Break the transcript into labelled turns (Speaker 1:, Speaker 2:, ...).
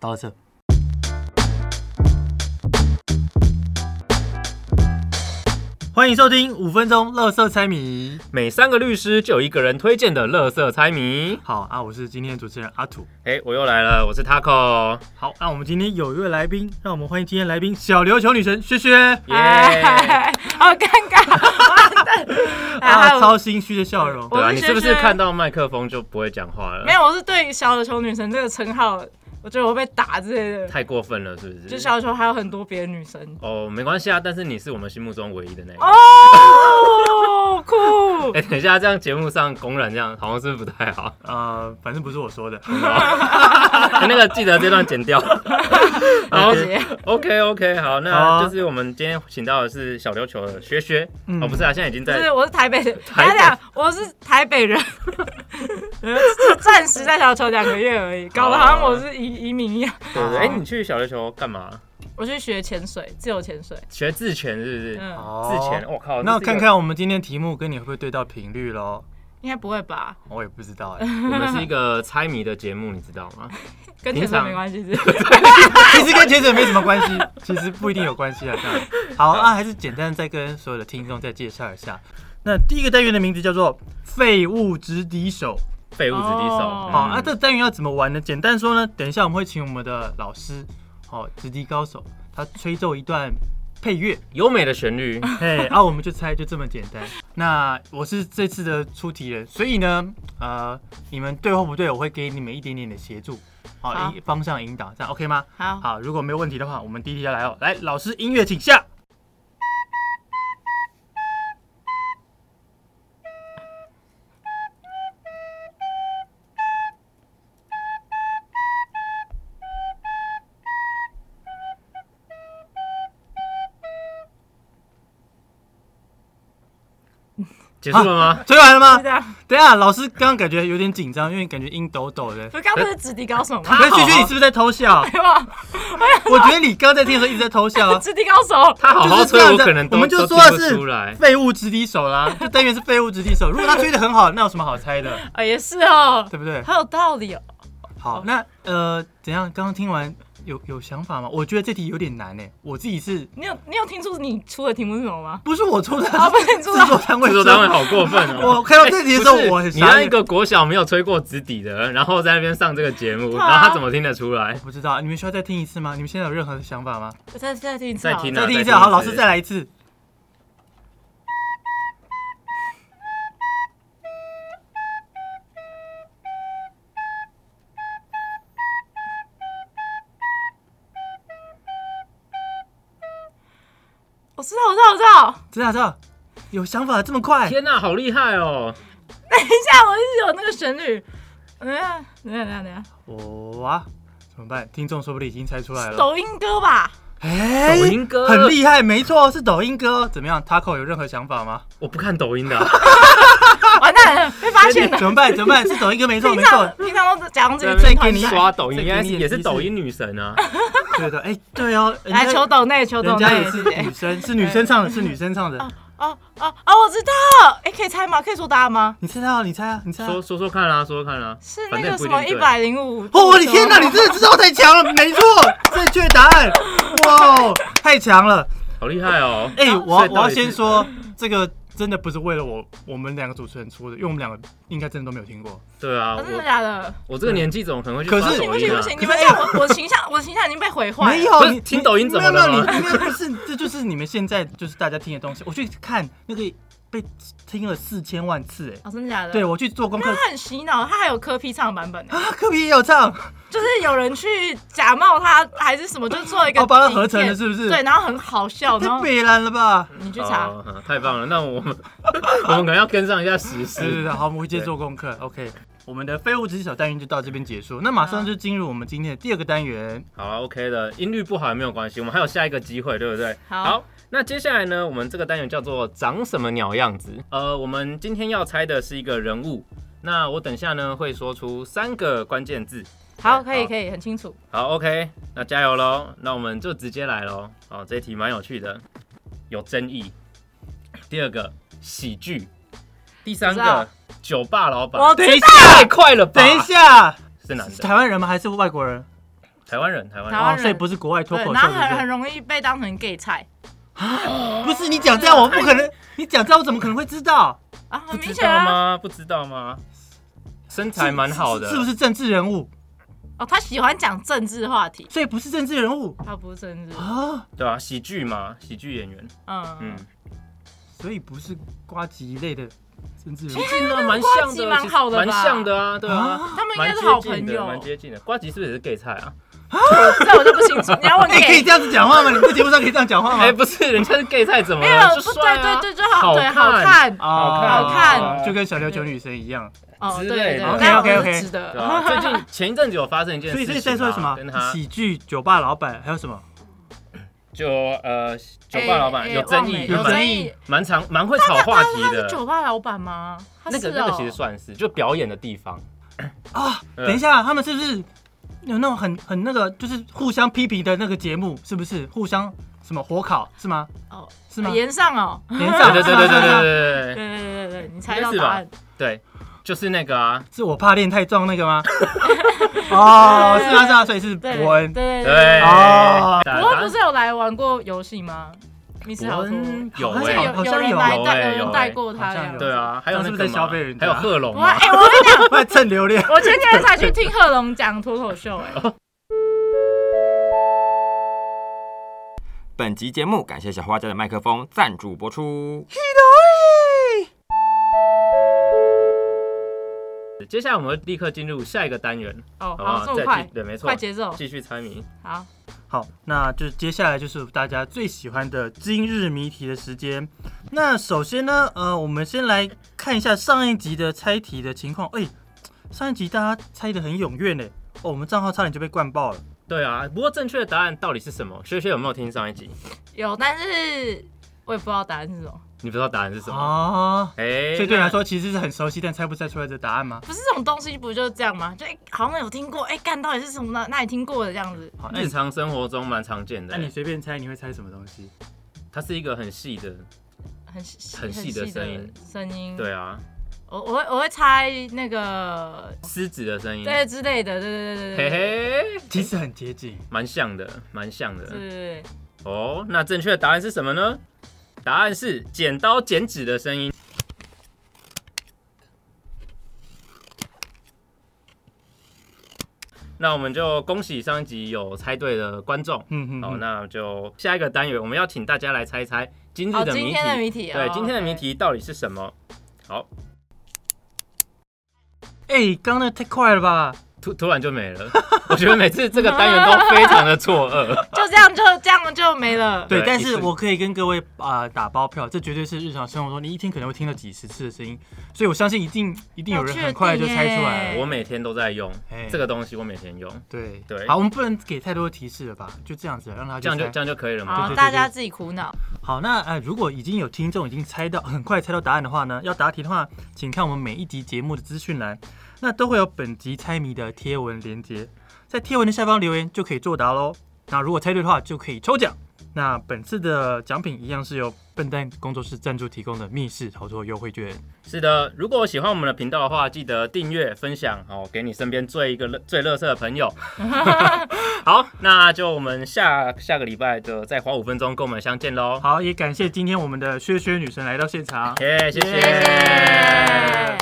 Speaker 1: 好好吃。欢迎收听五分钟乐色猜谜。
Speaker 2: 每三个律师就有一个人推荐的乐色猜谜。
Speaker 1: 好啊，我是今天的主持人阿土。
Speaker 2: 哎，我又来了，我是 Taco，
Speaker 1: 好，那我们今天有一位来宾，让我们欢迎今天来宾小琉球女神薛薛。
Speaker 2: 耶、
Speaker 3: 哎，好尴尬，完蛋！哎
Speaker 1: 啊，，超心虚的笑容。
Speaker 2: 对啊，
Speaker 3: 我是
Speaker 2: 你是不
Speaker 3: 轩
Speaker 2: 是
Speaker 3: 轩
Speaker 2: 看到麦克风就不会讲话了？
Speaker 3: 没有，我是对小琉球女神这个称号，我觉得我会被打之类的。
Speaker 2: 太过分了，是不是？
Speaker 3: 就小琉球还有很多别的 女生
Speaker 2: 哦，没关系啊，但是你是我们心目中唯一的那一个。
Speaker 3: 哦，酷！
Speaker 2: 哎、等一下，这样节目上公然这样，好像是不是不太好。
Speaker 1: 呃，反正不是我说的。
Speaker 2: 哎那个记得这段剪 掉。好
Speaker 3: 姐
Speaker 2: ，OK OK，好，
Speaker 1: 好
Speaker 2: 那
Speaker 1: 啊
Speaker 2: 就是我们今天请到的是小琉球的薛薛，
Speaker 1: 嗯
Speaker 2: 哦，不是啊，现在已经
Speaker 3: 就
Speaker 2: 在
Speaker 3: 是我是台北人，
Speaker 2: 台北
Speaker 3: 等一下我是台北人，只暂时在小琉球两个月而已，搞得好像我是移移民一样。
Speaker 2: 对对对，哎、你去小琉球干嘛？
Speaker 3: 我去学潜水，自由潜水。
Speaker 2: 学自潜是不是？
Speaker 3: 嗯，
Speaker 1: 哦
Speaker 2: 自潜，我、靠，
Speaker 1: 那
Speaker 2: 这是一
Speaker 1: 看
Speaker 2: 个
Speaker 1: 看我们今天题目跟你会不会对到频率喽？
Speaker 3: 应该不会吧？
Speaker 1: 我也不知道哎、
Speaker 2: 我们是一个猜谜的节目，你知道 吗？
Speaker 3: 跟
Speaker 2: 平
Speaker 3: 潜水
Speaker 2: 常
Speaker 3: 没关系，是不是
Speaker 1: 其实跟潜水没什么关系， 其实不一定有关系啊。这样好啊，还是简单再跟所有的听众再介绍一下。那第一个单元的名字叫做“废物直敌手”。
Speaker 2: 废物子弟手。
Speaker 3: 哦
Speaker 1: 好，那、
Speaker 2: 嗯
Speaker 1: 这个单元要怎么玩呢？简单说呢，等一下我们会请我们的老师，好、直敌高手，他吹奏一段配乐，
Speaker 2: 优美的旋 律，
Speaker 1: 嘿，啊，我们就猜，就这么简单。那我是这次的出题人，所以呢，呃，你们对或不对，我会给你们一点点的协助，好，
Speaker 3: 好
Speaker 1: 一方向引导，这样 OK 吗？
Speaker 3: 好，
Speaker 1: 好，如果没有问题的话，我们第一题要来哦，来，老师音乐请下。
Speaker 2: 结束了吗？
Speaker 1: 吹完了
Speaker 3: 是这
Speaker 1: 吗？
Speaker 3: 样。
Speaker 1: 等一下，老师刚刚感觉有点紧张，因为感觉音抖抖的。
Speaker 3: 我刚刚不是指笛高手
Speaker 2: 啊
Speaker 3: 吗？
Speaker 1: 可是萱萱，你是不是在偷 笑？
Speaker 3: 对吧？
Speaker 1: 我觉得你刚刚在听的时候一直在偷 笑啊。
Speaker 3: 指笛高 手，
Speaker 2: 他好好吹，我可能都
Speaker 1: 我们就
Speaker 2: 都
Speaker 1: 说
Speaker 2: 听
Speaker 1: 的
Speaker 2: 不
Speaker 1: 是
Speaker 2: 出来。
Speaker 1: 废物直敌手啦，就单元是废物直敌手。如果他吹的很好，那有什么好猜的，
Speaker 3: 啊也是哦，
Speaker 1: 对不对？
Speaker 3: 好有道理哦。
Speaker 1: 好，那呃，怎样？刚刚听完有有想法吗？我觉得这题有点难呢、欸我自己是
Speaker 3: 你有你有听出你出的题目是什么吗？
Speaker 1: 不是我出的？
Speaker 3: 啊，不是你出
Speaker 1: 制作
Speaker 3: 的，
Speaker 1: 单位
Speaker 2: 制
Speaker 1: 出
Speaker 2: 作单位好过分哦！
Speaker 1: 我看到这题的时候
Speaker 2: 不是
Speaker 1: 我很
Speaker 2: 你
Speaker 1: 傻眼
Speaker 2: 让一个国小没有吹过纸底的，然后在那边上这个节目，
Speaker 3: 对
Speaker 2: 然
Speaker 3: 啊
Speaker 2: 后他怎么听得出来
Speaker 1: 我？不知道，你们需要再听一次吗？你们现在有任何的想法吗？
Speaker 3: 我再再听一次，
Speaker 2: 再
Speaker 1: 再听一
Speaker 2: 听啊
Speaker 1: 次，
Speaker 2: 再听一次
Speaker 1: 好，老师再来一次。
Speaker 3: 我知道，我知道，我知道。
Speaker 1: 知道知道，啊有想法这么快？
Speaker 2: 天哪、好厉害哦！
Speaker 3: 等一下，我一直有那个旋律。等一下，等一下，等一下，等一下，
Speaker 1: 哇，怎么办？听众说不定已经猜出来
Speaker 3: 是
Speaker 1: 了。
Speaker 3: 抖音歌吧？
Speaker 1: 哎
Speaker 2: 抖音歌
Speaker 1: 很厉害，没错，是抖音歌哦。怎么样，Taco 有任何想法吗？
Speaker 2: 我不看抖音的 啊、
Speaker 3: 完蛋了，被发现了。
Speaker 1: 怎么办？怎么办？是抖音歌，没错
Speaker 3: 平
Speaker 1: 没
Speaker 3: 常
Speaker 1: 错。
Speaker 3: 平常都假装自己
Speaker 2: 在
Speaker 3: 是
Speaker 2: 那
Speaker 3: 团
Speaker 2: 边
Speaker 3: 体，
Speaker 2: 刷抖音，
Speaker 1: 再
Speaker 2: 应
Speaker 1: 给你
Speaker 2: 该
Speaker 1: 一
Speaker 2: 是
Speaker 1: 点
Speaker 2: 也是
Speaker 1: 提示
Speaker 2: 抖音女神啊！
Speaker 1: 对的，哎，对哦，人
Speaker 3: 来
Speaker 1: 家
Speaker 3: 求抖内，求抖
Speaker 1: 人家
Speaker 3: 内
Speaker 1: 也，是女生，是女生唱的，是女生唱的。
Speaker 3: 欸哦哦哦，我知道。哎，可以猜吗？可以说答案吗？
Speaker 1: 你猜啊，你猜啊，你猜啊
Speaker 2: 说。说说看啊，说说看啊，
Speaker 3: 是
Speaker 2: 反
Speaker 3: 那
Speaker 2: 正也
Speaker 3: 个
Speaker 2: 不一
Speaker 3: 什
Speaker 2: 定
Speaker 3: 么
Speaker 2: 对
Speaker 3: 一百零五？
Speaker 1: 哦，我的天哪，你真的知道太强了，没错，正确答案，哇，哦太强了。
Speaker 2: 好厉害哦！
Speaker 1: 哎，我
Speaker 2: 所以
Speaker 1: 我
Speaker 2: 到
Speaker 1: 要
Speaker 2: 底是
Speaker 1: 先说，这个真的不是为了我我们两个主持人出的，因为我们两个应该真的都没有听过。
Speaker 2: 对啊，
Speaker 3: 啊真的
Speaker 2: 我
Speaker 3: 假的？
Speaker 2: 我这个年纪怎么可能会去
Speaker 1: 可
Speaker 2: 刷
Speaker 1: 是
Speaker 2: 抖音啊？
Speaker 3: 不行不行，
Speaker 1: 可
Speaker 3: 你
Speaker 1: 是
Speaker 3: 们这样我我形象我的形象已经被毁坏了。
Speaker 1: 没
Speaker 2: 不
Speaker 1: 有，
Speaker 2: 是
Speaker 1: 你
Speaker 2: 听
Speaker 1: 你
Speaker 2: 抖音怎么
Speaker 1: 没有
Speaker 2: 了
Speaker 1: 没有，
Speaker 2: 吗
Speaker 1: 你因为不是，这就是你们现在就是大家听的东西。我去看那个被听了四千万次，哎，
Speaker 3: 哦，真的假的？
Speaker 1: 对我去做功课
Speaker 3: 那，他很洗脑，他还有科批唱版本呢，
Speaker 1: 啊，科比也有唱，
Speaker 3: 哦就是有人去假冒他还是什么，就做一个
Speaker 1: 哦，把它
Speaker 3: 影片
Speaker 1: 合成了是不是？
Speaker 3: 对，，然后很好笑，然
Speaker 1: 太
Speaker 3: 后
Speaker 1: 北蓝了吧？
Speaker 3: 你去查，
Speaker 2: 哦好太棒了！那 我们 我们可能要跟上一下时
Speaker 1: 对对
Speaker 2: 事。
Speaker 1: 对，好，我们回去做功课。OK，我们的废物之手单元就到这边结束，那马上就进入我们今天的第二个单元。
Speaker 2: 好了，OK 的，音律不好也没有关系，我们还有下一个机会，对不对？
Speaker 3: 好
Speaker 2: 那接下来呢，我们这个单元叫做“长什么鸟样子”。呃，我们今天要猜的是一个人物。那我等下呢会说出三个关键字。
Speaker 3: 好，可以
Speaker 2: 好
Speaker 3: 可以，很清楚。
Speaker 2: 好，OK，那加油喽！那我们就直接来喽。哦，这一题蛮有趣的，有争议。第二个喜剧，第三
Speaker 3: 我知道
Speaker 2: 个酒吧老板。
Speaker 3: 我
Speaker 1: 等一下，
Speaker 2: 太快了吧！
Speaker 1: 等一，下，
Speaker 2: 是男
Speaker 1: 是
Speaker 2: 的，
Speaker 1: 台湾人吗？还是外国人？
Speaker 2: 台湾人，台湾
Speaker 3: 台湾
Speaker 2: 人，
Speaker 1: 哦，
Speaker 3: 人
Speaker 1: 所以不是国外脱
Speaker 3: 对，
Speaker 1: 口秀，
Speaker 3: 然后
Speaker 1: 对
Speaker 3: 很
Speaker 1: 不对
Speaker 3: 很容易被当成 gay 菜
Speaker 1: 不是你讲这样，我不可能， 你讲这样我怎么可能会知 道？
Speaker 3: 啊，很
Speaker 2: 不知
Speaker 3: 明显
Speaker 2: 道
Speaker 3: 啊。
Speaker 2: 吗？不知道吗？身材蛮好的，
Speaker 1: 是是是不是政治人物？
Speaker 3: 哦，他喜欢讲政治话题，
Speaker 1: 所以不是政治人物
Speaker 3: 他不是政治，
Speaker 1: 啊，
Speaker 2: 对啊，喜剧嘛，喜剧演员，
Speaker 3: 嗯
Speaker 2: 嗯
Speaker 3: 嗯，，
Speaker 1: 所以不是瓜吉类的政治人物
Speaker 2: 嗯其。
Speaker 3: 哎
Speaker 2: 实呢蛮像
Speaker 3: 瓜吉
Speaker 2: 的，
Speaker 3: 蛮
Speaker 2: 其实
Speaker 3: 好的吧
Speaker 2: 蛮像的啊，对啊
Speaker 1: 啊，
Speaker 3: 他们应
Speaker 2: 蛮
Speaker 3: 该是好
Speaker 2: 接
Speaker 3: 朋
Speaker 2: 近的，
Speaker 3: 友。
Speaker 2: 蛮接近的。瓜吉是不是也是 gay 菜啊？
Speaker 3: 这我就不 清楚，你要 问
Speaker 1: 哎、可以
Speaker 3: gay。
Speaker 1: 这样子讲话吗？你在节目上可以这样讲话吗？
Speaker 2: 哎，不是，人家是 gay 菜怎么
Speaker 3: 啊没
Speaker 2: 了？
Speaker 3: 有，
Speaker 2: 就
Speaker 3: 不
Speaker 2: 帅
Speaker 3: 对，
Speaker 2: 啊，
Speaker 3: 对对，就好，对，好
Speaker 2: 好看
Speaker 3: 看，
Speaker 1: 啊
Speaker 3: 好看
Speaker 1: 就跟小琉球女神一样。
Speaker 3: 哦，
Speaker 2: 之
Speaker 3: 对对
Speaker 2: 类
Speaker 3: 对
Speaker 2: 的，
Speaker 3: 但我
Speaker 1: OK，OK，OK
Speaker 3: 是值
Speaker 2: 对
Speaker 3: 得。
Speaker 2: 啊，最近前一阵子有发生一件
Speaker 1: 所
Speaker 2: 事
Speaker 1: 以，
Speaker 2: 情
Speaker 1: 所
Speaker 2: 啊，
Speaker 1: 以再说什么
Speaker 2: 跟他
Speaker 1: 喜剧酒吧老板，还有什么？
Speaker 2: 就呃酒吧老板
Speaker 3: 哎
Speaker 2: 有争议，
Speaker 3: 哎
Speaker 2: 就
Speaker 1: 有
Speaker 2: 蛮
Speaker 1: 争
Speaker 3: 争
Speaker 1: 议
Speaker 3: 议。
Speaker 2: 蛮常蛮会炒话题
Speaker 3: 他是
Speaker 2: 的。
Speaker 3: 酒吧老板吗？他
Speaker 2: 那
Speaker 3: 是
Speaker 2: 个
Speaker 3: 哦
Speaker 2: 那个其实算是就表演的地方，
Speaker 1: 啊，
Speaker 2: 嗯
Speaker 1: 等一下，他们是不是有那种很很那个，就是互相批评的那个节目？是不是互相什么火烤是 吗？
Speaker 3: 哦，
Speaker 1: 是吗？
Speaker 3: 岩上哦，
Speaker 1: 连
Speaker 2: 对
Speaker 1: 上
Speaker 2: 对对对
Speaker 1: 是
Speaker 2: 对
Speaker 1: 吗
Speaker 2: 对对
Speaker 3: 对
Speaker 2: 对
Speaker 3: 对对对对，你猜
Speaker 2: 应
Speaker 3: 到
Speaker 2: 该是
Speaker 3: 答
Speaker 2: 吧
Speaker 3: 案，
Speaker 2: 对，就是那个啊，
Speaker 1: 是我怕练太壮那个 吗？哦，是吗？是吗？所以是
Speaker 3: 对
Speaker 1: 伯恩
Speaker 3: 对。对
Speaker 2: 对
Speaker 1: 哎
Speaker 2: 啊
Speaker 1: 哦
Speaker 2: 答
Speaker 3: 伯恩不是有来玩过游戏吗？密室逃
Speaker 2: 伯
Speaker 3: 脱，
Speaker 2: 恩有
Speaker 3: 好
Speaker 2: 欸
Speaker 3: 像
Speaker 1: 好
Speaker 3: 有
Speaker 1: 像
Speaker 3: 有人
Speaker 1: 有
Speaker 3: 来
Speaker 2: 有欸
Speaker 3: 带，有
Speaker 2: 有
Speaker 3: 人
Speaker 2: 欸
Speaker 3: 带过他
Speaker 1: 好像
Speaker 3: 这样子
Speaker 1: 有
Speaker 2: 对啊，还有那
Speaker 1: 是
Speaker 2: 个
Speaker 1: 不是在
Speaker 2: 嘛
Speaker 1: 消费人家
Speaker 2: 还有贺龙
Speaker 3: 我哎
Speaker 2: 啊，，
Speaker 3: 我跟 你讲，
Speaker 1: 为了蹭流量，
Speaker 3: 我前几天才去听贺龙讲脱口 秀，哎，
Speaker 4: 本集节目感谢小画家的麦克风赞助播出。
Speaker 2: 接下来我们立刻进入下一个单元，
Speaker 3: 哦，
Speaker 2: 好不
Speaker 3: 好，这
Speaker 2: 好？
Speaker 3: 么
Speaker 2: 再
Speaker 3: 快
Speaker 2: 继，对，没错
Speaker 3: 快，节奏，
Speaker 2: 继续猜谜。
Speaker 3: 好，
Speaker 1: 好，那就接下来就是大家最喜欢的今日谜题的时间。那首先呢，呃，我们先来看一下上一集的猜题的情况。哎、上一集大家猜的很踊跃呢，哦，我们账号差点就被灌爆了。
Speaker 2: 对啊，不过正确的答案到底是什么？薛薛有没有听上一集？
Speaker 3: 有，但是我也不知道答案是什么，
Speaker 2: 你不知道答案是什么？
Speaker 1: 哦，
Speaker 2: 哎，
Speaker 1: 所以对你
Speaker 2: 那
Speaker 1: 来说其实是很熟悉，但猜不猜出来的答案吗？
Speaker 3: 不是这种东西不就是这样吗？就哎、好像有听过，哎、干到底是什么呢？那你听过的这样子，
Speaker 1: 好，那
Speaker 2: 日
Speaker 1: 你
Speaker 2: 常生活中蛮常见的
Speaker 1: 那，你随便猜，你会猜什么东西？
Speaker 2: 它是一个很细的，
Speaker 1: 嗯
Speaker 3: 很细
Speaker 2: 很细的声音，
Speaker 3: 声音，
Speaker 2: 对啊，
Speaker 3: 我我会我会猜那个
Speaker 2: 狮子的声音，
Speaker 3: 对之类的，对对对对
Speaker 2: 嘿
Speaker 3: 对对
Speaker 2: 嘿，
Speaker 1: 其实很接近，
Speaker 2: 蛮像的，蛮像的。
Speaker 3: 对对对，
Speaker 2: 哦，那正确的答案是什么呢？答案是剪刀剪纸的声音。那我们就恭喜上一集有猜对的观众。
Speaker 1: 嗯
Speaker 2: 好，那就下一个单元，我们要请大家来猜猜今日
Speaker 3: 好，
Speaker 2: 的
Speaker 3: 哦今
Speaker 2: 谜
Speaker 3: 天的
Speaker 2: 题。
Speaker 3: 谜题，
Speaker 2: 对，
Speaker 3: 哦
Speaker 2: 今天的谜
Speaker 3: OK
Speaker 2: 题到底是什么？好，
Speaker 1: 哎，刚刚那太快了吧？
Speaker 2: 突突然就没了。我觉得每次这个单元都非常的错 愕。
Speaker 3: 就这样就这样就没了，
Speaker 1: 对，
Speaker 2: 对
Speaker 1: 但
Speaker 2: 一
Speaker 1: 是
Speaker 2: 次
Speaker 1: 我可以跟各位啊、呃打包票，这绝对是日常生活中你一天可能会听到几十次的声音，所以我相信一定一定有人很快就猜出
Speaker 3: 哎
Speaker 1: 来了。
Speaker 2: 我每天都在用
Speaker 1: 哎
Speaker 2: 这个东西，我每天用，
Speaker 1: 对
Speaker 2: 对
Speaker 1: 好，我们不能给太多提示了吧？就这样子，让他
Speaker 2: 这样就
Speaker 1: 猜
Speaker 2: 这样就可以了吗？
Speaker 3: 好，啊
Speaker 1: 对对对
Speaker 3: 大家自己苦恼，
Speaker 1: 好。那呃，如果已经有听众已经猜到，很快猜到答案的话呢，要答题的话，请看我们每一集节目的资讯栏，那都会有本集猜谜的贴文连接，在贴文的下方留言就可以作答喽。那如果猜对的话，就可以抽奖。那本次的奖品一样是由笨蛋工作室赞助提供的密室逃脱优惠券。
Speaker 2: 是的，如果喜欢我们的频道的话，记得订阅、分享哦，给你身边最一个乐最乐色的朋友。 好，那就我们下下个礼拜的再花五分钟跟我们相见喽。
Speaker 1: 好，也感谢今天我们的薛薛女神来到现场。
Speaker 2: 耶，谢谢。
Speaker 3: 谢谢。